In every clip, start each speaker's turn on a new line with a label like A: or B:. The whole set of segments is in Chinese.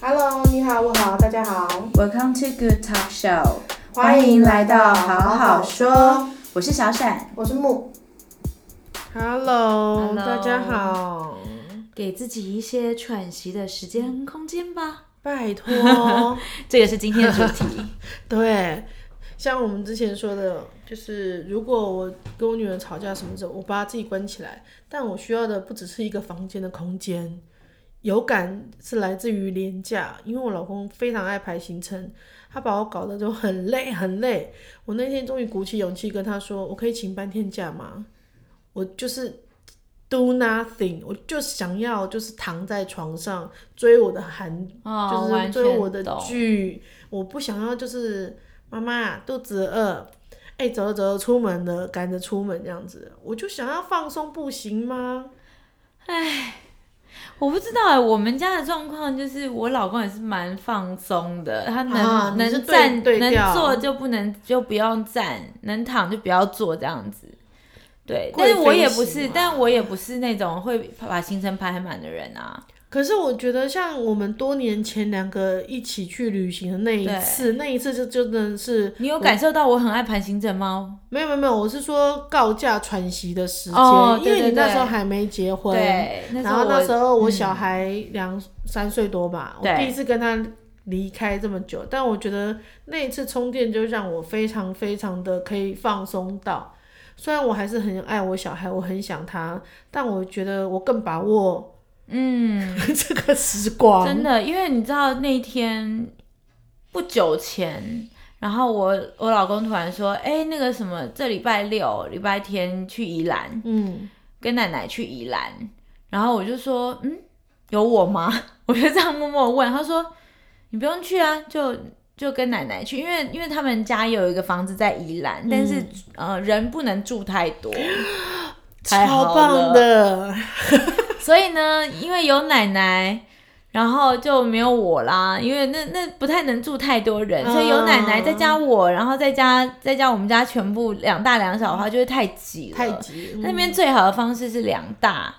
A: Hello，你好，我好，大家好，
B: Welcome to Good Talk Show，
A: 欢迎来到好好说，
B: 我是小闪，
A: 我是木。Hello，
C: Hello
A: 大家好，
C: 给自己一些喘息的时间空间吧。
A: 拜托，
C: 这个是今天 的主题。
A: 对，像我们之前说的，就是如果我跟我女儿吵架什么的，我把她自己关起来，但我需要的不只是一个房间的空间。有感是来自于廉价，因为我老公非常爱排行程，他把我搞得就很累很累。我那天终于鼓起勇气跟他说：“我可以请半天假吗？”我就是 do nothing，我就想要就是躺在床上追我的韩
C: 哦，
A: 就是
C: 完
A: 追
C: 全
A: 我的
C: 懂。
A: 剧，我不想要就是妈妈肚子饿，哎、走着走着出门了，赶着出门这样子，我就想要放松，不行吗？
C: 我不知道哎，我们家的状况就是我老公也是蛮放松的，他能、
A: 啊你是
C: 能
A: 对
C: 站
A: 对调
C: 能坐就不能就不要站，能躺就不要坐这样子。对，
A: 贵
C: 但是我也
A: 妃
C: 不
A: 型
C: 是
A: 嘛，
C: 但我也不是那种会把行程排很满的人啊。
A: 可是我觉得像我们多年前两个一起去旅行的那一
C: 对
A: 次，那一次就就真的是
C: 你有感受到我很爱排行程吗？
A: 没有没有没有，我是说告假喘息的时间，
C: 哦对
A: 因为
C: 对
A: 你那时候
C: 对
A: 还没结婚，
C: 对，
A: 然后那时
C: 我嗯
A: 候我小孩两、三岁多吧，我
C: 对
A: 第一次跟他离开这么久，但我觉得那一次充电就让我非常非常的可以放松到。虽然我还是很爱我小孩，我很想他，但我觉得我更把握
C: 嗯。
A: 这个时光。
C: 真的，因为你知道那天不久前，然后我我老公突然说：“哎、那个什么，这礼拜六、礼拜天去宜兰，
A: 嗯，
C: 跟奶奶去宜兰。”然后我就说：“嗯，有我吗？” 我就这样默默问。他说：“你不用去啊，就就跟奶奶去，因为因为他们家有一个房子在宜兰，但是
A: 嗯
C: 呃人不能住太多。”太好
A: 超棒
C: 了
A: 的，
C: 所以呢，因为有奶奶，然后就没有我啦，因为那那不太能住太多人，
A: 嗯
C: 所以有奶奶再加我，然后再加再加我们家全部两大两小的话，就会太挤了。
A: 嗯太急。
C: 那边
A: 嗯
C: 最好的方式是两大，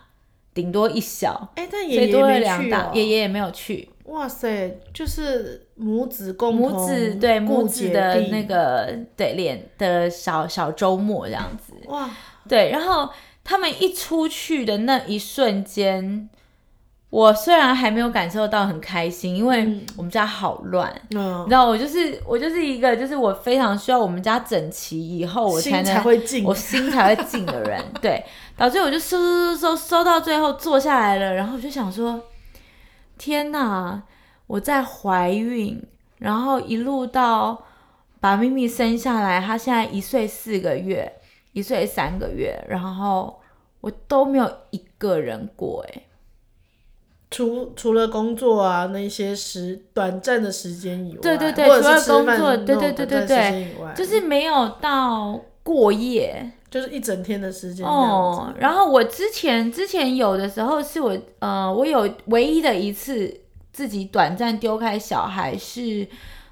C: 顶多一小，
A: 哎、但
C: 所
A: 爷
C: 以
A: 爷
C: 多了
A: 没
C: 两
A: 去
C: 大
A: 哦，
C: 爷爷也没有去。
A: 哇塞，就是母子共同
C: 母子对母
A: 顾
C: 子
A: 姐
C: 的
A: 弟
C: 那个对脸的小小周末这样子，
A: 哇，嗯
C: 对，然后他们一出去的那一瞬间，我虽然还没有感受到很开心，因为
A: 嗯
C: 我们家好乱。你
A: 嗯
C: 知，道，我就是我就是一个，就是我非常需要我们家整齐以后，哦我
A: 心
C: 才能
A: 才会静
C: 我心才会静的人。对，导致我就收收收收收到最后坐下来了，然后我就想说，天哪，我在怀孕，然后一路到把咪咪生下来，她现在一岁四个月，一岁三个月，然后我都没有一个人过、欸，
A: 除除了工作啊那些时短暂的时间以外，
C: 对对对
A: 或者是
C: 除了工作
A: 吃饭
C: 对
A: 那
C: 对
A: 种
C: 对
A: 短暂
C: 对对
A: 时间以外
C: 就是没有到过夜。
A: 就是一整天的时间
C: 哦，
A: 后
C: 然后我之前之前有的时候是我呃，我有唯一的一次自己短暂丢开小孩是，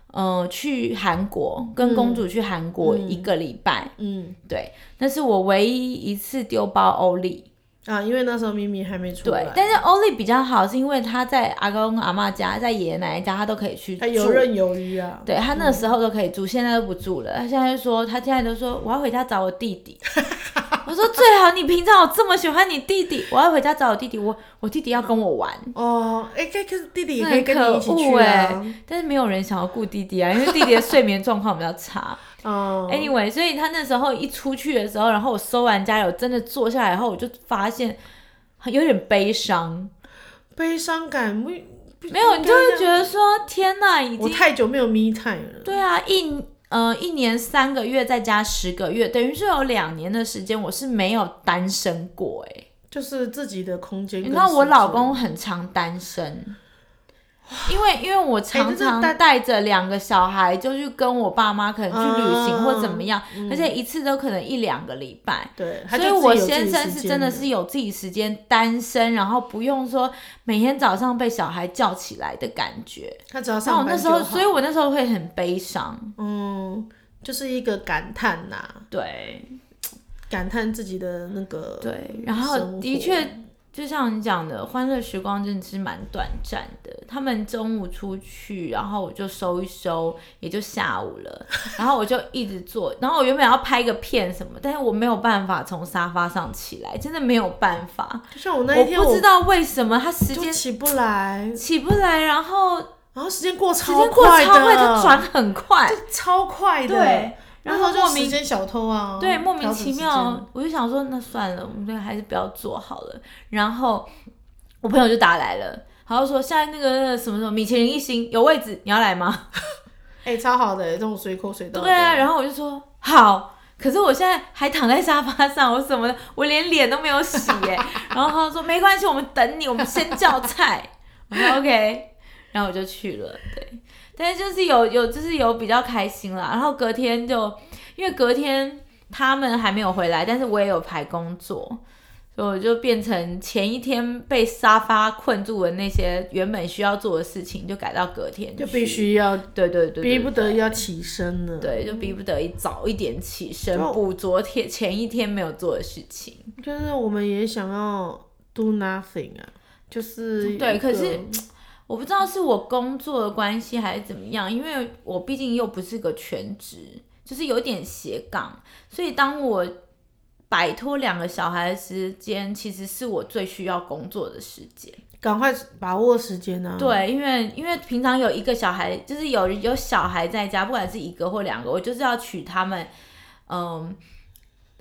C: 呃，去韩国跟公主去韩国
A: 嗯
C: 一个礼拜，
A: 嗯
C: 对，那是我唯一一次丢包欧丽。
A: 啊，因为那时候咪咪还没出来，
C: 对，但是欧丽比较好，是因为她在阿公阿妈家，在爷爷奶奶家，她都可以去住。
A: 他游刃有余啊，
C: 对他那时候都可以住，现在都不住了。他现在就说，他现在都说我要回家找我弟弟。 我说最好你平常我这么喜欢你弟弟，我要回家找我弟弟，我我弟弟要跟我玩。
A: 哦，哎、可以可是弟弟也
C: 那
A: 可以
C: 很
A: 跟你
C: 可
A: 一起去
C: 恶哎、
A: 啊，
C: 但是没有人想要顾弟弟啊，因为弟弟的睡眠状况比较差。
A: 哦、
C: Anyway，所以他那时候一出去的时候，然后我收完家里，我真的坐下来后，我就发现有点悲伤。
A: 悲伤感不不
C: 没有，你就会觉
A: 得
C: 得说天哪，已
A: 我
C: 经
A: 太久没有 me time 了，
C: 对啊，一呃一年三个月再加十个月，等于是有两年的时间我是没有单身过哎、
A: 就是自己的空间
C: 你
A: 跟时
C: 知
A: 间。
C: 道我老公很常单身，因为因为我常
A: 哎这是
C: 常
A: 带
C: 带着两个小孩就去跟我爸妈可能去旅行
A: 嗯
C: 或怎么样，
A: 嗯
C: 而且一次都可能一两个礼拜。
A: 对，他就
C: 所以，
A: 自己
C: 我
A: 有自己
C: 先生
A: 时
C: 是
A: 间
C: 真的
A: 了
C: 是有自己时间单身，然后不用说每天早上被小孩叫起来的感觉。
A: 他只要
C: 然后
A: 上
C: 我
A: 班
C: 那时
A: 就
C: 候，
A: 好
C: 所以我那时候会很悲伤。
A: 嗯，就是一个感叹呐、
C: 对，
A: 感叹自己的那个
C: 对，然后
A: 生
C: 的
A: 活
C: 确，就像你讲的，欢乐时光真的是蛮短暂的。他们中午出去，然后我就收一收，也就下午了。然后我就一直坐，然后我原本要拍个片什么，但是我没有办法从沙发上起来，真的没有办法。
A: 就像我那一天
C: 我
A: 我
C: 不知道为什么他时
A: 就
C: 间
A: 起不来，
C: 起不来，然后
A: 然后时间过
C: 时
A: 超
C: 间过
A: 快的，
C: 超快，就转很快。
A: 超快的，
C: 对，然后
A: 那时候
C: 莫
A: 就时
C: 名
A: 间小偷啊，
C: 对，莫名
A: 调整
C: 其
A: 时
C: 妙
A: 间，
C: 我就想说，那算了，我们这个还是不要做好了。然后我朋友就打来了，然后说现在那个那个什么什么米其林一星有位置，你要来吗？
A: 哎、超好的、这种随口随到的，
C: 对啊，然后我就说好。可是我现在还躺在沙发上，我什么的，我连脸都没有洗耶、 然后他说没关系，我们等你，我们先叫菜。我说 OK，然后我就去了。对，但是就是有有就是有比较开心啦。然后隔天就因为隔天他们还没有回来，但是我也有排工作，所以我就变成前一天被沙发困住的那些原本需要做的事情，就改到隔天去
A: 就必。须要
C: 对对对对
A: 逼不得已要起身了。，
C: 对，就逼不得已早一点起身
A: 就
C: 补昨天前一天没有做的事情。
A: 就是我们也想要 do nothing 啊，就是一
C: 对
A: 个
C: 可是我不知道是我工作的关系还是怎么样，因为我毕竟又不是个全职，就是有点斜杠，所以当我摆脱两个小孩的时间，其实是我最需要工作的时间。
A: 赶快把握时间啊。，
C: 对，因为因为平常有一个小孩，就是有有小孩在家，不管是一个或两个，我就是要取他们，嗯。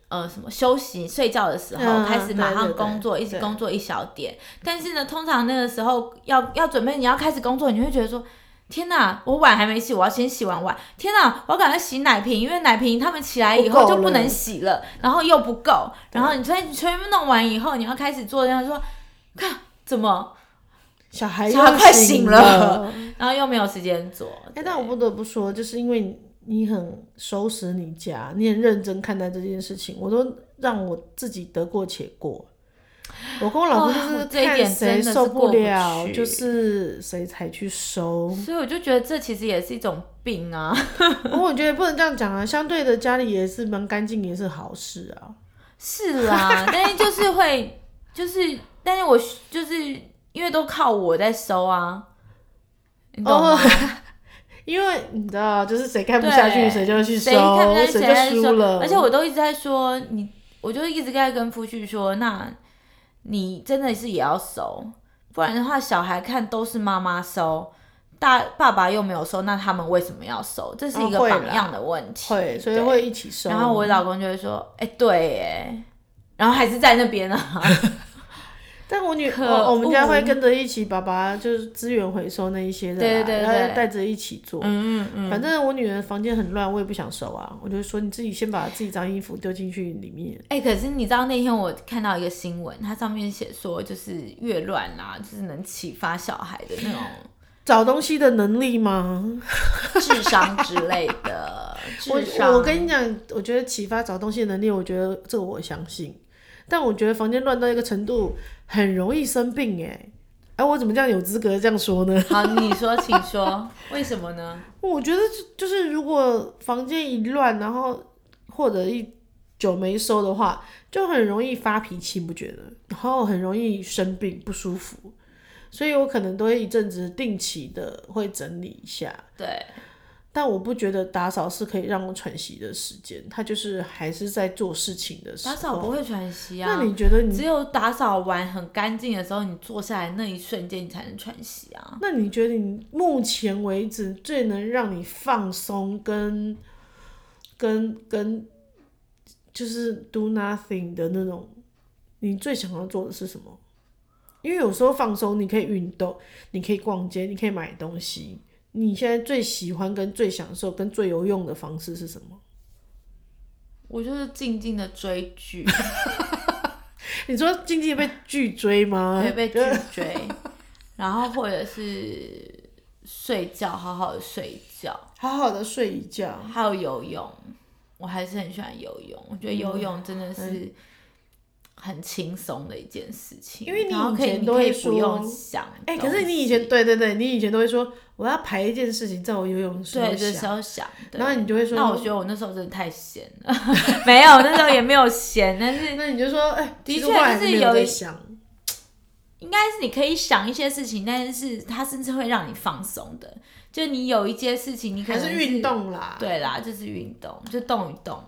C: 呃，什么休息睡觉的时候、
A: 嗯
C: 开始马上工作，
A: 对对对
C: 一直工作一小点。但是呢，通常那个时候要要准备你要开始工作，你会觉得说：天哪，我碗还没洗，我要先洗完碗。天哪，我要赶快洗奶瓶，因为奶瓶他们起来以
A: 不
C: 后
A: 够
C: 就不
A: 了
C: 能洗了，然后又不够，然后你全全部弄完以后，你要开始做，然后说：看怎么
A: 小孩
C: 小孩
A: 又
C: 快醒
A: 醒
C: 了然后又没有时间做。
A: 哎、
C: 对
A: 但我不得不说，就是因为你你很收拾你家，你很认真看待这件事情，我都让我自己得过且过。我跟我老公
C: 哇
A: 就
C: 我
A: 是
C: 哦这一
A: 看
C: 点
A: 谁
C: 真的是
A: 受
C: 过不
A: 了，
C: 去
A: 就是谁才去收。
C: 所以我就觉得这其实也是一种病啊。
A: 不过我觉得不能这样讲啊，相对的家里也是蛮干净，也是好事啊。
C: 是啊，但是就是会，就是，但是我就是因为都靠我在收啊，你懂吗？
A: 哦因为你知道，就是谁看不
C: 对
A: 下去，谁就去收
C: 谁看不下，去
A: 谁
C: 谁在
A: 就输了。
C: 而且我都一直在说你，我就一直在跟夫婿说，那你真的是也要收，不然的话小孩看都是妈妈收。大爸爸又没有收，那他们为什么要收？这是一个
A: 哦会啦
C: 榜样的问题。
A: 会，所以
C: 对
A: 会一起收。
C: 然后我老公就会说：“哎、对耶。”然后还是在那边啊。
A: 但我女哦
C: 可
A: 我我们家
C: 恶
A: 会跟着一起，爸爸就是资源回收那一些的啦，
C: 对对对
A: 然后
C: 对
A: 带着一起做。
C: 嗯嗯嗯，
A: 反正我女儿房间很乱，我也不想收啊，我就说你自己先把自己脏衣服丢进去里面。
C: 哎、可是你知道那天我看到一个新闻，它上面写说，就是越乱啦、就是能启发小孩的那种
A: 找东西的能力吗？
C: 智商之类 的。
A: 我
C: 智商，
A: 我跟你讲，我觉得启发找东西的能力，我觉得这个我相信。但我觉得房间乱到一个程度，很容易生病哎、哎、我怎么这样有资格这样说呢？
C: 好，你说，请说，为什么呢？
A: 我觉得就就是如果房间一乱，然后或者一久没收的话，就很容易发脾气，你不觉得？然后很容易生病不舒服，所以我可能都会一阵子定期的会整理一下。
C: 对，
A: 但我不觉得打扫是可以让我喘息的时间，它就是还是在做事情的时候。
C: 打扫不会喘息啊
A: 那。你嗯觉得
C: 只
A: 你？
C: 有打扫完很干净的时候，你坐下来那一瞬间，你才能喘息啊。
A: 那你觉得你目前为止最能让你放松跟跟跟就是 do nothing 的那种，你最想要做的是什么？因为有时候放松，你可以运动，你可以逛街，你可以买东西。你现在最喜欢、跟最享受、跟最有用的方式是什么？
C: 我就是静静的追剧，
A: 你说经济被拒追吗？
C: 会被拒
A: 就是
C: 追，然后或者是睡觉，好好的睡觉，
A: 好好的睡一觉，
C: 还有游泳，我还是很喜欢游泳。我觉得
A: 嗯
C: 游泳真的是很轻松的一件事情，
A: 因为你
C: 然后
A: 以
C: 可
A: 前
C: 以
A: 都
C: 你可
A: 会
C: 以不用
A: 说
C: 想东西。
A: 哎、可是你以前对对对，你以前都会说我要排一件事情在我游泳的时候
C: 对的
A: 想
C: 时候想，对
A: 然后你就会说，
C: 那我觉得我那时候真的太闲了， 没有那时候也没有闲，但是
A: 那你就说，哎、
C: 的
A: 其实我
C: 确
A: 后来
C: 就是
A: 没
C: 有
A: 在
C: 一
A: 想，
C: 应该是你可以想一些事情，但是它甚至会让你放松的。就你有一件事情，你可
A: 还
C: 能
A: 是运，动啦。，
C: 对啦，就是运动，就动一动。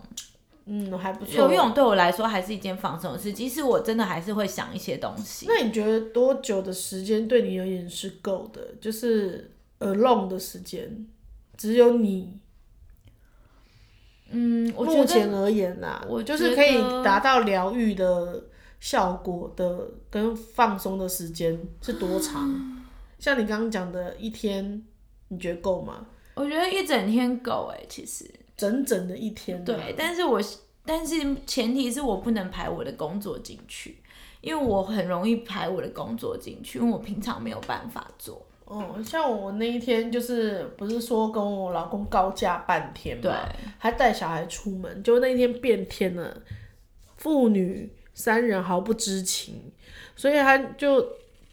A: 嗯，还不错。
C: 游泳对我来说还是一件放松的事，其实我真的还是会想一些东西。
A: 那你觉得多久的时间对你而言是够的？就是 alone 的时间，只有你
C: 嗯，我
A: 目
C: 觉
A: 前
C: 得
A: 而言啦，
C: 我
A: 就是
C: 觉
A: 可以
C: 得
A: 达到疗愈的效果的跟放松的时间是多长？ 像你刚刚讲的一天，你觉得够吗？
C: 我觉得一整天够哎、其实
A: 整整的一天啊、
C: 对，但是我但是前提是我不能排我的工作进去，因为我很容易排我的工作进去，因为我平常没有办法做。
A: 哦，像我那一天就是不是说跟我老公高价半天嘛，
C: 对，
A: 还带小孩出门，结果那一天变天了，父女三人毫不知情，所以他就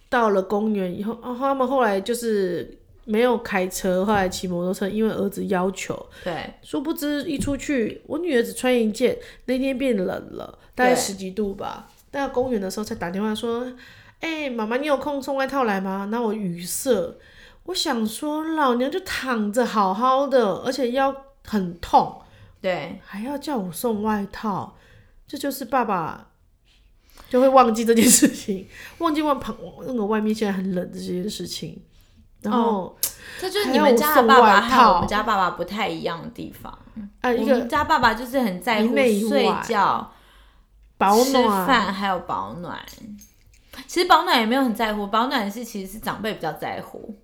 A: 到了公园以后，啊，他们后来就是没有开车，后来骑摩托车，因为儿子要求，
C: 对，
A: 殊不知一出去，我女儿只穿一件，那天变冷了，大概
C: 对
A: 十几度吧。到公园的时候才打电话说：“哎、妈妈，你有空送外套来吗？”那我语塞，我想说老娘就躺着好好的，而且腰很痛，
C: 对，
A: 还要叫我送外套，这就是爸爸就会忘记这件事情， 忘记问旁那个外面现在很冷的这件事情，然后。
C: 哦这就是
A: 还
C: 你
A: 要
C: 们
A: 我
C: 家的
A: 送
C: 爸
A: 外
C: 爸和我
A: 套
C: 们家爸爸不太一样的地方。
A: 啊，
C: 我
A: 一
C: 们
A: 个
C: 家爸爸就是很在乎
A: 一内一
C: 睡
A: 外
C: 觉、
A: 保
C: 吃
A: 暖，啊
C: 饭还有保暖。其实保暖也没有很在乎，保暖是其实是长辈比较在乎。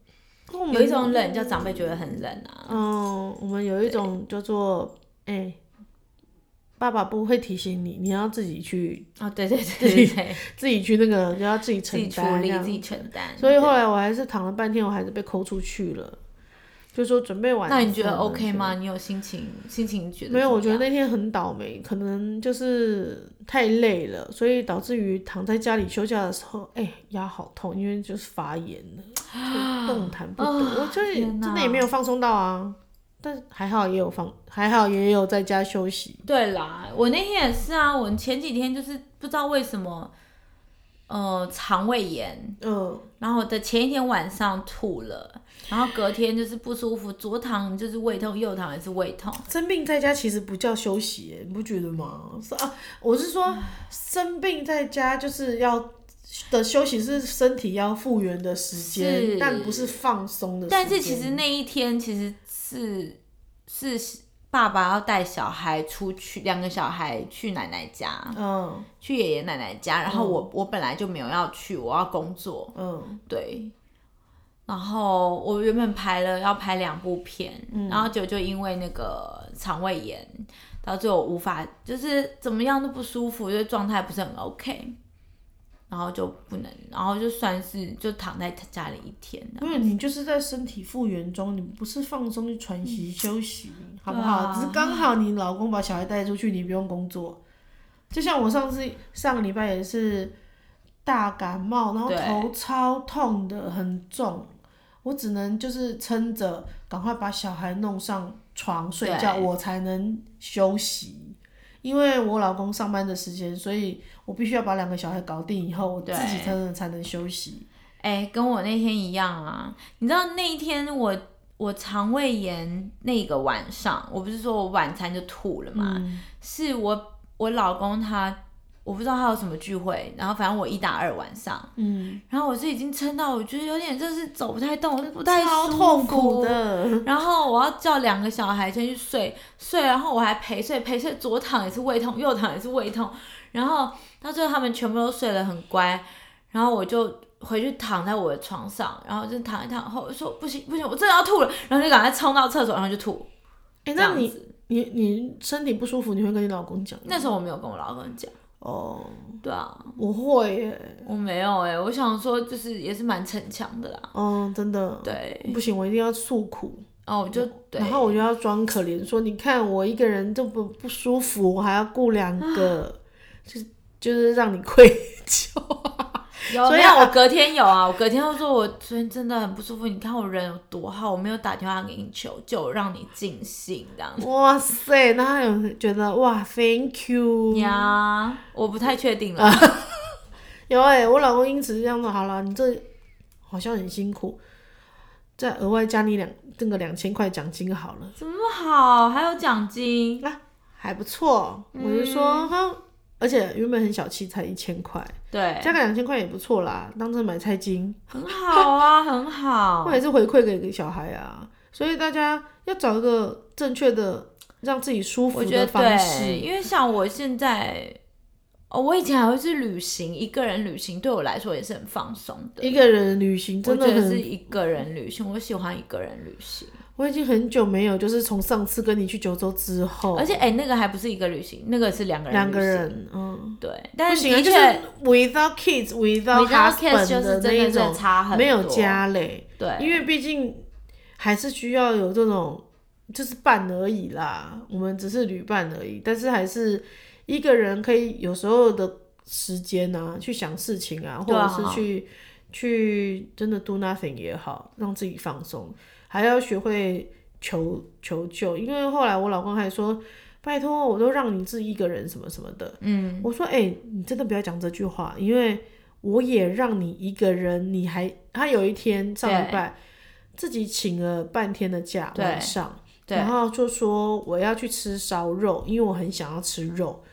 A: 我
C: 有
A: 们
C: 一种冷叫长辈觉得很冷啊，
A: 嗯，我们有一种叫做哎、爸爸不会提醒你，你要自己去
C: 啊、对对对对对，
A: 自己去那个，你要自己
C: 自
A: 承
C: 己处
A: 担这
C: 理
A: 样
C: 自己承担。
A: 所以后
C: 对
A: 来我还是躺了半天，我还是被抠出去了，就说准备晚
C: 那你觉得
A: 饭了
C: OK 吗？？你有心情心情觉得
A: 没有，我觉
C: 怎
A: 得
C: 么样
A: 那天很倒霉，可能就是太累了，所以导致于躺在家里休假的时候，哎、腰好痛，因为就是发炎了， 就动弹不得。我就也
C: 啊天哪
A: 真的也没有放松到啊，但还好也有放，还好也有在家休息。
C: 对啦，我那天也是啊，我前几天就是不知道为什么，呃，肠胃炎，
A: 嗯、
C: 然后我的前一天晚上吐了，然后隔天就是不舒服，左躺就是胃痛，右躺也是胃痛。
A: 生病在家其实不叫休息耶，你不觉得吗？是啊，我是说生病在家就是要。的休息是身体要复原的时间，
C: 是
A: 但不是放松的时间。
C: 但是其实那一天其实是是爸爸要带小孩出去，两个小孩去奶奶家，
A: 嗯
C: 去爷爷奶奶家，然后我、我本来就没有要去，我要工作，
A: 嗯，
C: 对。然后我原本排了要拍两部片，
A: 嗯
C: 然后就就因为那个肠胃炎，到最后无法，就是怎么样都不舒服，就是状态不是很 OK，然后就不能，然后就算是就躺在家里一天这样
A: 因为你就是在身体复原中，你不是放松喘息休息，好不好？
C: 对啊
A: 只是刚好你老公把小孩带出去，你不用工作。就像我上次上个礼拜也是大感冒，然后
C: 对
A: 头超痛的，很重，我只能就是撑着，赶快把小孩弄上床睡觉，
C: 对
A: 我才能休息。因为我老公上班的时间，所以我必须要把两个小孩搞定以后，我自
C: 对
A: 己才能才能休息。
C: 哎、跟我那天一样啊！你知道那一天我我肠胃炎那个晚上，我不是说我晚餐就吐了嘛，
A: 嗯
C: 是我我老公他我不知道他有什么聚会，然后反正我一打二晚上，
A: 嗯，
C: 然后我是已经撑到我觉得有点就是走不太动，不太
A: 超
C: 舒
A: 痛
C: 服
A: 苦。的。
C: 然后我要叫两个小孩先去睡睡，然后我还陪睡陪睡，左躺也是胃痛，右躺也是胃痛，然后到最后他们全部都睡得很乖，然后我就回去躺在我的床上，然后就躺一躺后我说不行不行，我真的要吐了，然后就赶快冲到厕所，然后就吐。
A: 哎、
C: 这
A: 那
C: 样
A: 你
C: 子，
A: 你你身体不舒服，你会跟你老公讲吗？
C: 那时候我没有跟我老公讲，
A: 哦，
C: 对啊，
A: 我会耶，
C: 我没有哎、我想说就是也是蛮逞强的啦，
A: 嗯，真的，，
C: 对，
A: 不行，我一定要诉苦，
C: 哦我就对，
A: 然后我就要装可怜，说你看我一个人就不不舒服，我还要顾两
C: 啊
A: 个，就就是让你愧疚。
C: 有，
A: 所以
C: 没有
A: 啊
C: 我隔天有啊，我隔天又说我昨天真的很不舒服，你看我人有多好，我没有打电话给你求救，让你尽兴这样 子
A: 哇塞，那他有觉得哇，Thank you 啊
C: 呀。我不太确定了，
A: 有哎、我老公因此这样说，好了，你这好像很辛苦，再额外加你两这个两千块奖金好了，
C: 怎么那么好？还有奖金，
A: 还不错。我就
C: 嗯
A: 说哈，而且原本很小气，才一千块，
C: 对，
A: 加个两千块也不错啦，当成买菜金，
C: 很好啊，很好
A: 或。者是回馈给给小孩啊。所以大家要找一个正确的让自己舒服
C: 我觉得
A: 的方
C: 对，
A: 式。
C: 因为像我现在，哦，我以前还会去旅行，一个人旅行对我来说也是很放松的。
A: 一个人旅行
C: 我
A: 真的
C: 觉得
A: 很
C: 是一个人旅行，我喜欢一个人旅行，
A: 我已经很久没有，就是从上次跟你去九州之后，
C: 而且哎、那个还不是一个旅行，那个是两个
A: 哦
C: 人
A: 两
C: 旅
A: 个
C: 行，
A: 人，嗯，
C: 对，
A: 不
C: 但是
A: 行啊，
C: 的
A: 就
C: 确
A: 是 without kids without
C: without
A: husband
C: kids 就是
A: 那
C: 真的
A: 一
C: 是
A: 种，
C: 差很多，
A: 没有家累，
C: 对，
A: 因为毕竟还是需要有这种就是伴而已啦，我们只是旅伴而已，但是还是一个人可以有时候的时间啊，去想事情啊，或
C: 对
A: 者
C: 啊
A: 是去、去真的 do nothing 也好，让自己放松，还要学会求求救，因为后来我老公还说。拜托，我都让你自己一个人什么什么的。嗯，我说，哎、你真的不要讲这句话，因为我也让你一个人，你还他有一天上礼
C: 对
A: 拜自己请了半天的假，
C: 对
A: 晚上，
C: 对
A: 然后就说我要去吃烧肉，因为我很想要吃肉。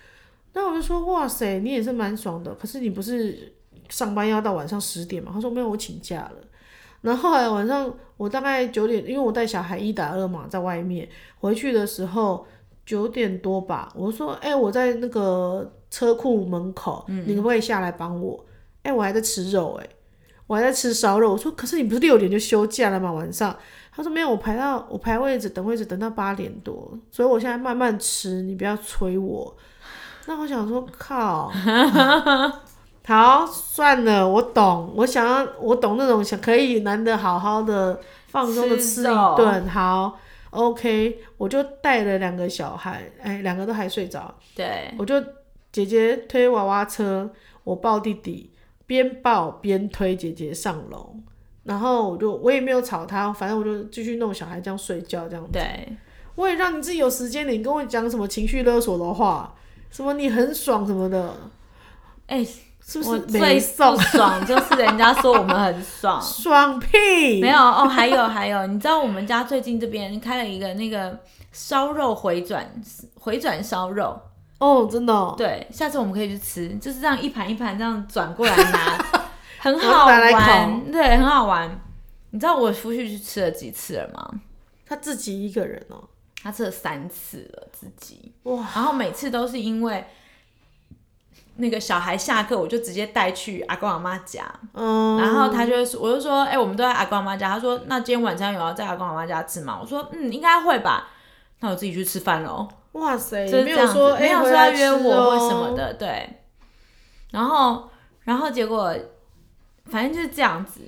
A: 那我就说，哇塞，你也是蛮爽的，可是你不是上班要到晚上十点嘛？他说没有，我请假了。然后后来晚上我大概九点，因为我带小孩一打二嘛，在外面回去的时候九点多吧，我说哎、我在那个车库门口，
C: 嗯
A: 你可不可以下来帮我？哎、我还在吃肉哎、我还在吃烧肉。我说可是你不是六点就休假了吗？晚上他说没有，我排到我排位置等位置等到八点多，所以我现在慢慢吃，你不要催我。那我想说靠。 好，算了，我懂，我想要，我懂那种想可以难得好好的放松的吃
C: 吃
A: 一
C: 肉
A: 顿，好，OK，我就带了两个小孩，哎，两个都还睡着，
C: 对，
A: 我就姐姐推娃娃车，我抱弟弟，边抱边推姐姐上楼，然后我就我也没有吵他，反正我就继续弄小孩这样睡觉这样子。
C: 对，
A: 我也让你自己有时间，你跟我讲什么情绪勒索的话，什么你很爽什么的，
C: 哎、
A: 是不
C: 我
A: 是
C: 最
A: 没
C: 不
A: 送？，
C: 爽就是人家说我们很 爽
A: 爽屁！
C: 没有哦，还有还有，你知道我们家最近这边开了一个那个烧肉回转回转烧肉，
A: 哦，真的、哦，
C: 对，下次我们可以去吃，就是这样一盘一盘这样转过来 拿，很好
A: 然后拿来烤
C: 玩，对，很好玩。你知道我夫婿去吃了几次了吗？
A: 他自己一个人哦，
C: 他吃了三次了，自己。
A: 哇，
C: 然后每次都是因为那个小孩下课，我就直接带去阿公阿妈家，
A: 嗯，
C: 然后他就会说，我就说，哎、我们都在阿公阿妈家。他说，那今天晚上有要在阿公阿妈家吃吗？我说，嗯，应该会吧。那我自己去吃饭喽。
A: 哇塞，
C: 就是
A: 没
C: 这
A: 有
C: 样子
A: 说，
C: 没
A: 哎
C: 有
A: 回
C: 说
A: 来
C: 要约
A: 吃
C: 我或
A: 哦
C: 什么的，对。然后，然后结果，反正就是这样子。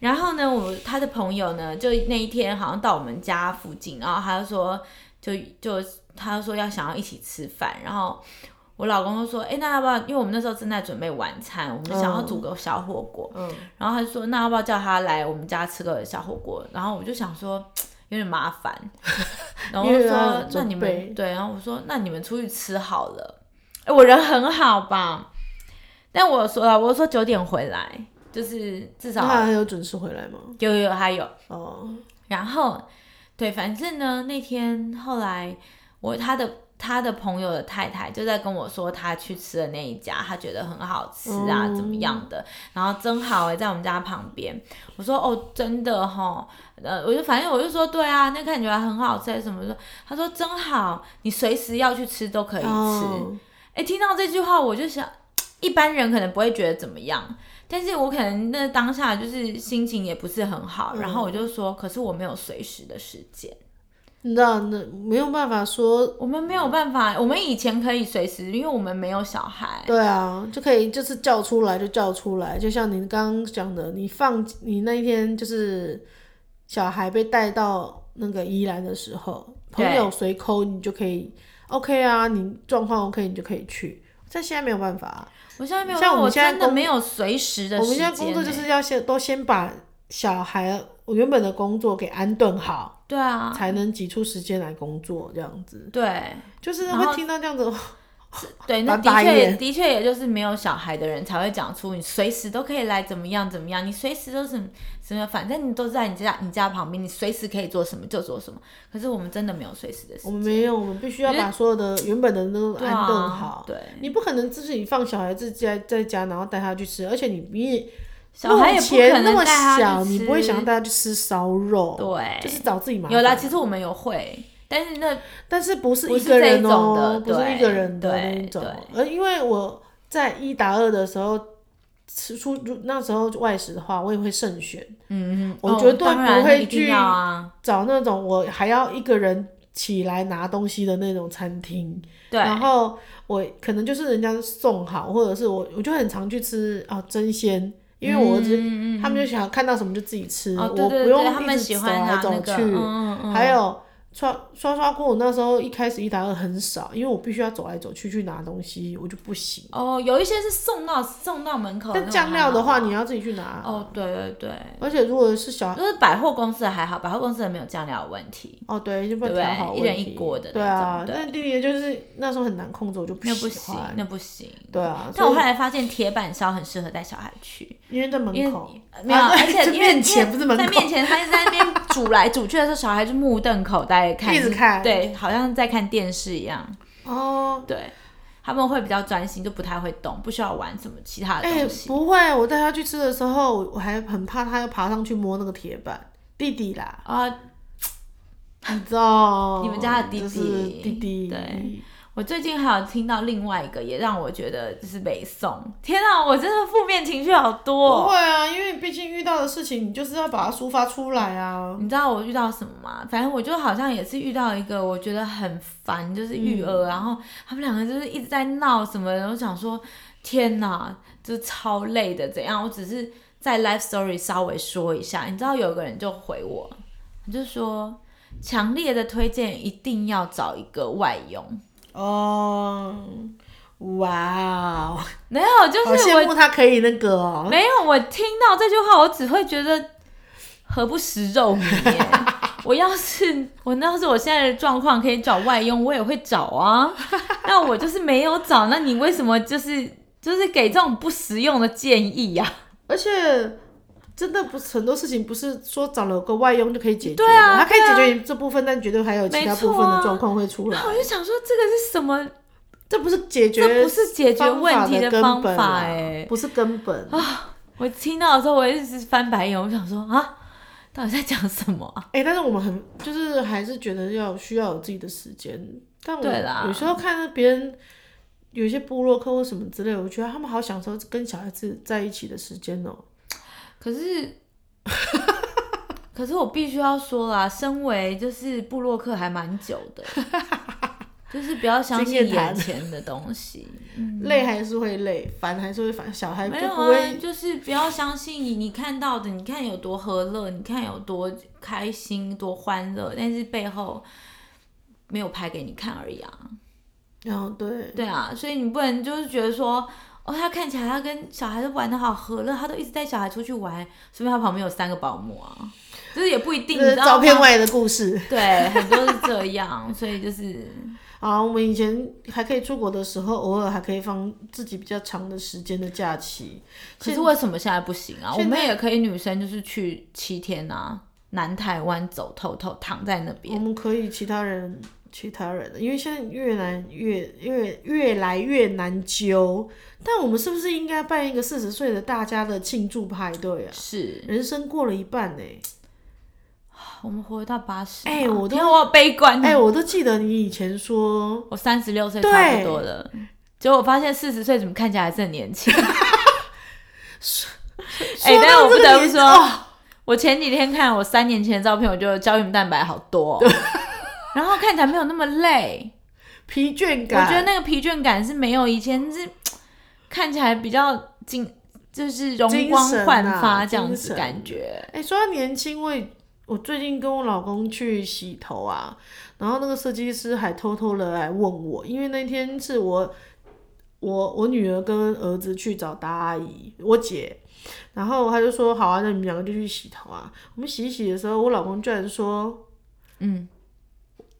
C: 然后呢，我他的朋友呢，就那一天好像到我们家附近，然后他就说，就就他就说要想要一起吃饭，然后。我老公就说：“哎、那要不要？因为我们那时候正在准备晚餐，我们想要煮个小火锅。
A: 嗯，
C: 然后他就说：“那要不要叫他来我们家吃个小火锅？”然后我就想说有点麻 烦，然后我
A: 因
C: 就
A: 为要
C: 说：“那
A: 准
C: 你
A: 备
C: 们对。”然后我说：“那你们出去吃好了。”哎，我人很好吧？但我说了，我说九点回来，就是至
A: 那他
C: 少
A: 还有准时回来吗？
C: 有有还有。
A: 哦，
C: 然后对，反正呢，那天后来我他的。他的朋友的太太就在跟我说，他去吃的那一家，他觉得很好吃啊，
A: 哦
C: 怎么样的？然后真好哎、在我们家旁边。我说哦，真的哈，呃，我就反正我就说对啊，那看起来很好吃还是什么的。他说真好，你随时要去吃都可以吃。
A: 哦
C: 哎、听到这句话我就想，一般人可能不会觉得怎么样，但是我可能那当下就是心情也不是很好，然后我就说，可是我没有随时的时间，
A: 你知道那没有办法说，
C: 我们没有办法，我们以前可以随时，因为我们没有小孩，
A: 对啊，就可以就是叫出来就叫出来，就像你刚刚讲的，你放你那一天就是小孩被带到那个宜兰的时候，朋
C: 对
A: 友随抠你就可以，OK 啊，你状况 OK 你就可以去，但现在没有办法啊、
C: 我现在没有，
A: 像我们
C: 我
A: 现在
C: 真的
A: 工
C: 没有随时的
A: 我
C: 时
A: 们
C: 间欸、
A: 现在工作就是要先都先把小孩我原本的工作给安顿好，
C: 对啊，
A: 才能挤出时间来工作，这样子
C: 对，
A: 就是
C: 然后
A: 会听到这样子，
C: 对，那
A: 翻
C: 的
A: 白
C: 确
A: 眼
C: 的确也就是没有小孩的人才会讲出你随时都可以来怎么样怎么样，你随时都是什么，反正你都在你家你家旁边，你随时可以做什么就做什么。可是我们真的没有随时的时
A: 我们
C: 间，
A: 没有，我们必须要把所有的原本的都
C: 对啊
A: 安顿好。
C: 对
A: 你不可能自己放小孩自己在在家，然后带他去吃，而且你你也
C: 小孩也
A: 目
C: 不可
A: 前那
C: 能
A: 么
C: 带他去
A: 小，你不会
C: 吃
A: 想要带他去吃烧肉，
C: 对
A: 就是找自己麻烦。
C: 有啦，其实我们有会，但是那
A: 但是不是
C: 不
A: 一
C: 是
A: 个
C: 这一
A: 人
C: 种的
A: 哦，不是
C: 对
A: 一个人的
C: 对
A: 那一种
C: 对，
A: 而因为我在一打二的时候吃出如那时候外食的话，我也会慎选，
C: 嗯，嗯
A: 我
C: 哦
A: 绝对
C: 当
A: 不
C: 然
A: 会
C: 一定
A: 去
C: 要啊，
A: 找那种我还要一个人起来拿东西的那种餐厅。
C: 对，
A: 然后我可能就是人家送好，或者是我我就很常去吃啊真鲜，因为我只、
C: 嗯嗯嗯
A: 他们就想看到什么就自己吃，
C: 哦，对
A: 我
C: 对
A: 不
C: 对，
A: 用
C: 他
A: 一
C: 们
A: 直
C: 喜
A: 走
C: 欢
A: 来
C: 拿
A: 走
C: 那
A: 去。
C: 个，嗯嗯嗯，
A: 还有刷刷刷锅，我那时候一开始一打二很少，因为我必须要走来走去去拿东西，我就不行。
C: 哦，有一些是送到送到门口那
A: 但
C: 种还好啊，
A: 酱料的话，你要自己去拿。
C: 哦，嗯对对对。
A: 而且如果是小
C: 就是百货公司的还好，百货公司的没有酱料的问题，
A: 哦，对，就不能
C: 对不对
A: 调好
C: 一
A: 问
C: 人一
A: 题
C: 锅的那
A: 对啊，
C: 种对
A: 那弟弟就是那时候很难控制，我就不
C: 那不
A: 喜
C: 行
A: 欢，。
C: 那不行。
A: 对啊，
C: 但我后
A: 所以
C: 来发现铁板烧很适合带小孩去，
A: 因为在门
C: 因为
A: 口，
C: 没有，
A: 啊
C: 而且
A: 就
C: 因为
A: 面前
C: 因为
A: 不是门
C: 在
A: 口
C: 面前，他一直在那边煮来煮去的时候，小孩就目瞪口呆地看，
A: 一直看
C: 对，好像在看电视一样。
A: 哦，
C: 对，他们会比较专心，就不太会动，不需要玩什么其他的
A: 哎、
C: 东西。
A: 不会，我带他去吃的时候，我我还很怕他要爬上去摸那个铁板，弟弟 啦，
C: 啊、
A: 你知道，
C: 你们家的弟弟
A: 就是弟弟，
C: 对，我最近还有听到另外一个，也让我觉得就是北宋。天啊，我真的负面情绪好多、
A: 不会啊，因为毕竟遇到的事情，你就是要把它抒发出来啊。
C: 你知道我遇到什么吗？反正我就好像也是遇到一个我觉得很烦，就是育儿，
A: 嗯
C: 然后他们两个就是一直在闹什么，然后想说天哪，就超累的怎样？我只是在 life story 稍微说一下，你知道有个人就回我，他就说强烈的推荐一定要找一个外佣。
A: 哦，哇哦，
C: 没有，就
A: 好
C: 是
A: 羡
C: 我
A: 慕他可以那个哦。
C: 没有，我听到这句话，我只会觉得何不食肉糜 耶。我要是我要是我现在的状况可以找外佣，我也会找 啊。那我就是没有找，那你为什么就是就是给这种不实用的建议啊呀、
A: 而且真的不是很多事情不是说找了个外佣就可以解决的，
C: 对啊
A: 他可以解决你这部分，但绝对还有其他
C: 没错啊
A: 部分的状况会出来。
C: 我就想说，这个是什么？
A: 这不是解决，
C: 这不是解决问题
A: 的
C: 的方
A: 根本
C: 法
A: 啊
C: 欸
A: 不是根本啊。
C: 我听到的时候，我一直翻白眼，我想说啊，到底在讲什么啊？
A: 哎、但是我们很就是还是觉得要需要有自己的时间，但我
C: 对啦
A: 有时候看到别人。有一些部落客或什么之类，我觉得他们好享受跟小孩子在一起的时间哦、
C: 可是， 可是我必须要说啦，身为就是布洛克还蛮久 的，就是不要相信
A: 经验谈
C: 眼前的东西。嗯
A: 累还是会累，烦还是会烦，小孩就
C: 没有
A: 不
C: 啊，
A: 会。
C: 就是不要相信你你看到的，你看有多和乐，你看有多开心、多欢乐，但是背后没有拍给你看而已啊。
A: 然后、对，
C: 对啊，所以你不能就是觉得说，哦，他看起来他跟小孩都玩的好和乐，他都一直带小孩出去玩，说明他旁边有三个保姆啊，就是也不一定，你
A: 这是
C: 知道
A: 照片
C: 吗？
A: 外的故事。
C: 对，很多是这样，所以就是
A: 啊，我们以前还可以出国的时候，偶尔还可以放自己比较长的时间的假期。
C: 可是为什么现在不行啊？我
A: 现
C: 们
A: 在
C: 也可以女生就是去七天啊，南台湾走透透，躺在那
A: 我
C: 边。
A: 们可以其他人其他人的，因为现在越来越越越来越难揪。但我们是不是应该办一个四十岁的大家的庆祝派对啊？
C: 是
A: 人生过了一半呢、
C: 我们活到八十，
A: 哎我都
C: 天啊我好悲观
A: 哎、
C: 哦，
A: 我都记得你以前说，
C: 我三十六岁
A: 对
C: 差不多了，结果我发现四十岁怎么看起来还是很 年轻。哎、
A: 说
C: 但是
A: 到
C: 我不
A: 这个
C: 得不
A: 年
C: 说，
A: 哦
C: 我前几天看我三年前的照片，我觉得胶原蛋白好多、 哦，然后看起来没有那么累。
A: 疲倦
C: 我
A: 感，
C: 觉得那个疲倦感是没有以前是看起来比较精，就是容光
A: 啊
C: 焕发这样子感觉。
A: 哎、说到年轻，我也我最近跟我老公去洗头啊，然后那个设计师还偷偷的来问我，因为那天是我我我女儿跟儿子去找大阿姨，我姐，然后他就说好啊，那你们两个就去洗头啊。我们洗一洗的时候，我老公居然说，
C: 嗯，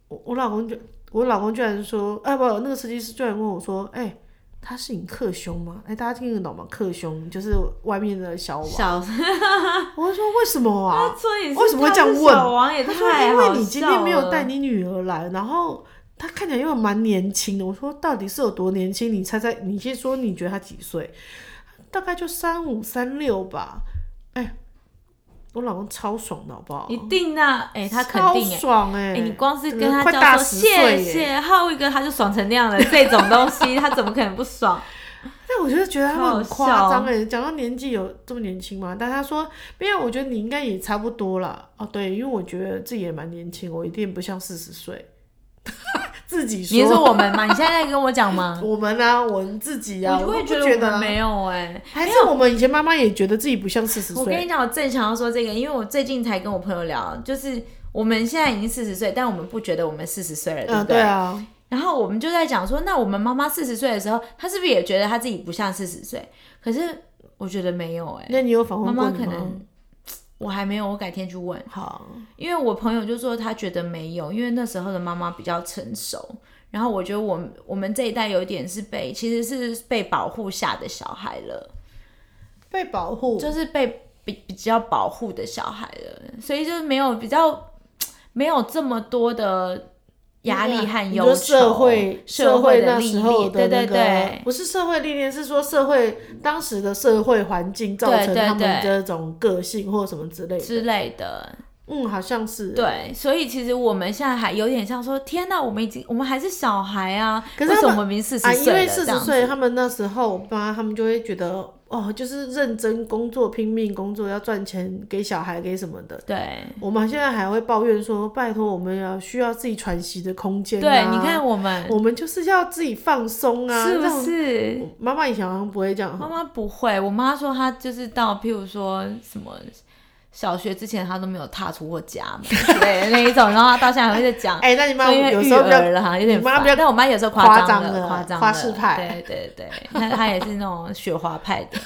A: 我我老公就我老公居然说，啊不，那个设计师居然问我说，哎、他是你克兄吗？哎、大家听得懂吗？克兄就是外面的小王。
C: 嗯小
A: 我就说为什么啊？
C: 所以是
A: 为什么会
C: 他
A: 这样
C: 是
A: 问
C: 小王也
A: 他
C: 太
A: 说因
C: 好
A: 为你今
C: 笑
A: 天没有
C: 了
A: 带你女儿来，然后她看起来又蛮年轻的。我说到底是有多年轻？你猜猜，你先说你觉得她几岁？大概就三五三六吧。哎、我老公超爽的好不好？
C: 一定的啊，哎、他肯
A: 超
C: 定哎、
A: 爽哎、
C: 哎、你光是
A: 真
C: 跟
A: 的
C: 他
A: 快
C: 叫
A: 大
C: 说
A: 十岁耶。
C: 谢谢浩一哥，他就爽成那样了。这种 东西他怎么可能不爽？
A: 但哎我就是觉得他们很
C: 超
A: 夸张
C: 好
A: 哎，讲到年纪有这么年轻吗？但他说没有，我觉得你应该也差不多啦。哦，对，因为我觉得自己也蛮年轻，我一定不像四十岁。 自己说，
C: 你是说我们吗？你现在在跟我讲吗？
A: 我们啊，我们自己啊，
C: 就
A: 我
C: 会
A: 都不
C: 得我
A: 得
C: 们
A: 啊
C: 没有哎、
A: 还是我们以前妈妈也觉得自己不像四十
C: 我跟你
A: 岁，
C: 讲，我正想要说这个，因为我最近才跟我朋友聊，就是我们现在已经四十岁，但我们不觉得我们四十岁了，对不
A: 嗯，对啊，
C: 然后我们就在讲说，那我们妈妈四十岁的时候，她是不是也觉得她自己不像四十岁？可是我觉得没有哎、
A: 那你有访
C: 妈
A: 问哦过
C: 妈
A: 你
C: 可
A: 吗
C: 能我还没有，我改天去问。
A: 好，
C: 因为我朋友就说他觉得没有，因为那时候的妈妈比较成熟。然后我觉得我们我们这一代有点是被其实是被保护下的小孩了，
A: 被保护，
C: 就是被比比较保护的小孩了，所以就是没有比较没有这么多的压力和
A: 啊你说
C: 忧愁，
A: 社会
C: 社
A: 会
C: 的
A: 那
C: 历
A: 时候的
C: 练，对
A: 那
C: 对
A: 个
C: 对，
A: 不是社会历练，是说社会当时的社会环境造
C: 对
A: 成
C: 对
A: 他们
C: 对
A: 这种个性或什么之类
C: 之
A: 的，
C: 类的，
A: 嗯，好像是，，
C: 对，所以其实我们现在还有点像说，天哪，我们已经我们还是小孩啊，
A: 可是
C: 为
A: 他
C: 什
A: 们
C: 么明四十
A: 啊，
C: 岁了
A: 因为四
C: 这
A: 十
C: 样子
A: 岁，他们那时候，我爸他们就会觉得，哦，就是认真工作、拼命工作，要赚钱给小孩给什么的。
C: 对
A: 我们现在还会抱怨说，拜托，我们要需要自己喘息的空间、啊。
C: 对，你看，我们
A: 我们就是要自己放松啊，
C: 是
A: 这
C: 不
A: 种？
C: 是？
A: 妈妈以前好像不会这样
C: 妈
A: 哈，
C: 妈不会，我妈说她就是到譬如说什么小学之前，她都没有踏出过家门之类的那一种，然后她到现在还会在讲。
A: 哎、那你妈
C: 说因为
A: 有
C: 育
A: 时候比较
C: 儿了哈，有点
A: 你妈
C: 烦
A: 比较
C: 但我妈有时候
A: 夸
C: 张
A: 张
C: 了，
A: 了
C: 夸张
A: 花
C: 了
A: 式派
C: 对对对，她她也是那种雪花派的，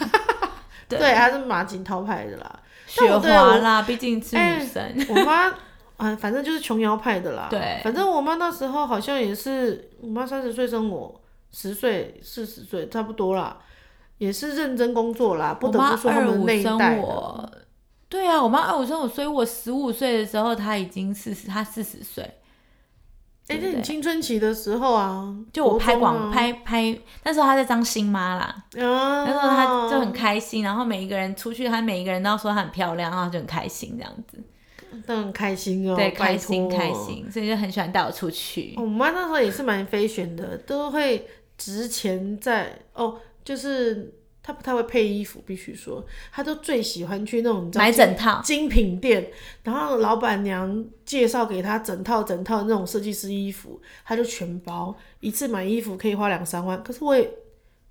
C: 对
A: 对，她是马景涛派的啦。 但
C: 雪
A: 我对
C: 花
A: 我
C: 啦，毕竟是
A: 哎
C: 女生。
A: 我妈，啊，反正就是琼瑶派的啦。
C: 对
A: 反正我妈那时候好像也是，我妈三十岁生我，十岁、四十岁差不多啦，也是认真工作啦，不
C: 我
A: 得
C: 妈
A: 不说他
C: 二
A: 们
C: 五
A: 那一
C: 生
A: 代的。
C: 我，对啊，我妈二五生我，所以我十五岁的时候，她已经四十，她四十岁。
A: 哎、那
C: 对不
A: 你
C: 对
A: 青春期的时候啊，
C: 就我
A: 国
C: 拍
A: 中
C: 广、
A: 啊
C: 拍拍，那时候她在当新妈啦，
A: 啊，
C: 那时候她就
A: 嗯
C: 很开心，然后每一个人出去，她每一个人都要说她很漂亮，然后她就很开心这样子，
A: 都很开心哦，拜
C: 对，开心
A: 托哦
C: 开。心，所以就很喜欢带我出去
A: 我。妈那时候也是蛮飞旋的，都会值钱在哦，就是她不太会配衣服，必须说，她都最喜欢去那种你知道
C: 买
A: 精
C: 整套，
A: 精品店，然后老板娘介绍给她整套整套那种设计师衣服，她就全包，一次买衣服可以花两三万，可是我也，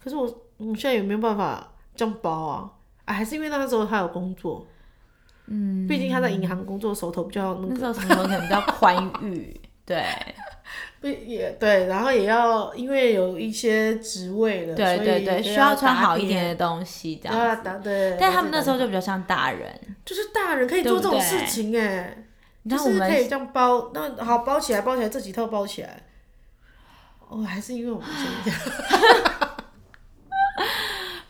A: 可是我我现在也没有办法这样包啊，啊，还是因为那时候她有工作。嗯，毕竟她在银行工作，手头比较那个
C: 那时候什么可能比较宽 裕，对
A: 不也对，然后也要因为有一些职位了，
C: 对
A: 所以
C: 对对，
A: 都
C: 需要穿
A: 打
C: 好一
A: 点
C: 点的，东西这
A: 都要
C: 样子。
A: 打对。啊
C: 但他们那时候
A: 就
C: 就比较像大人，
A: 就是大人可以做这
C: 对不
A: 种
C: 对
A: 事情哎，
C: 你
A: 就
C: 看我
A: 是可以
C: 们
A: 这样包，那好包起来，包起来这几套包起来。哦，还是因为我们这样，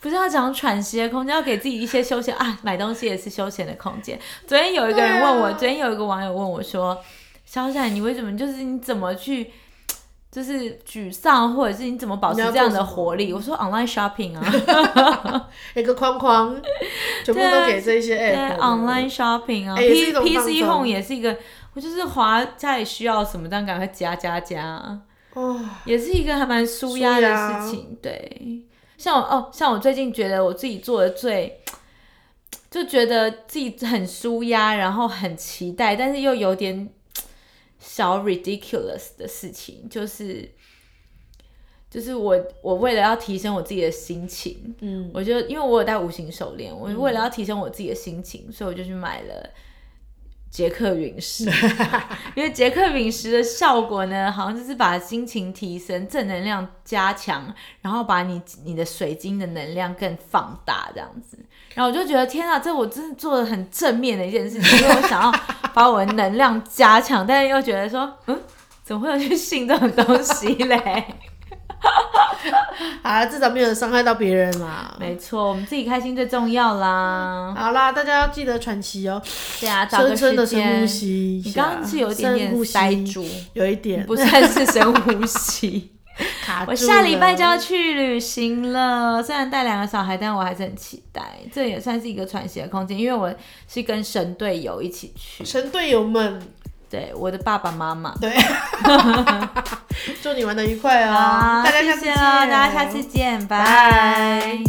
C: 不是要讲喘息的空间，要给自己一些休闲啊，买东西也是休闲的空间。昨天有一个人问我，
A: 对啊
C: 昨天有一个网友问我说：“肖战，你为什么就是你怎么去，就是沮丧，或者是你怎么保持
A: 你要
C: 这样
A: 做什
C: 的
A: 么
C: 活力？”我说：“online shopping 啊，
A: 有个框框，全部
C: 对啊
A: 都给这些
C: 对
A: app 了
C: ，online shopping 啊
A: 哎也是一
C: ，P
A: 种
C: P
A: 放
C: C
A: 松
C: home 也是一个，我就是滑家里需要什么，但赶快加加加啊。”
A: 哦，
C: 也是一个还蛮舒压的事情。对，像我哦，像我最近觉得我自己做的最，就觉得自己很舒压，然后很期待，但是又有点小 ridiculous 的事情，就是就是我我为了要提升我自己的心情，
A: 嗯，
C: 我就因为我有戴无形手链，我为了要提升我自己的心情，所以我就去买了杰克陨石， 因为杰克陨石的效果呢，好像就是把心情提升、正能量加强，然后把你你的水晶的能量更放大这样子。然后我就觉得天啊，这我真的做的很正面的一件事情，因为我想要把我的能量加强，但是又觉得说，嗯，怎么会有去信这种东西嘞？
A: 啊，至少没有伤害到别人啦。
C: 没错，我们自己开心最重要啦。
A: 好啦，大家要记得喘息哦，
C: 对啊，找个
A: 深深的
C: 时
A: 深呼
C: 间。
A: 吸一
C: 你
A: 下。
C: 刚刚是有一点
A: 深呼吸
C: 点塞住，
A: 有一点
C: 不算是深 呼吸。
A: 卡住
C: 我下礼拜
A: 了
C: 就要去旅行了，虽然带两个小孩，但我还是很期待。这也算是一个喘息的空间，因为我是跟神队友一起去，
A: 神队友们，
C: 对我的爸爸妈妈。
A: 对，祝你玩的愉快哦！
C: 好，
A: 大家下
C: 谢
A: 次
C: 谢哦
A: 见，
C: 了，大家下次见，拜
A: 拜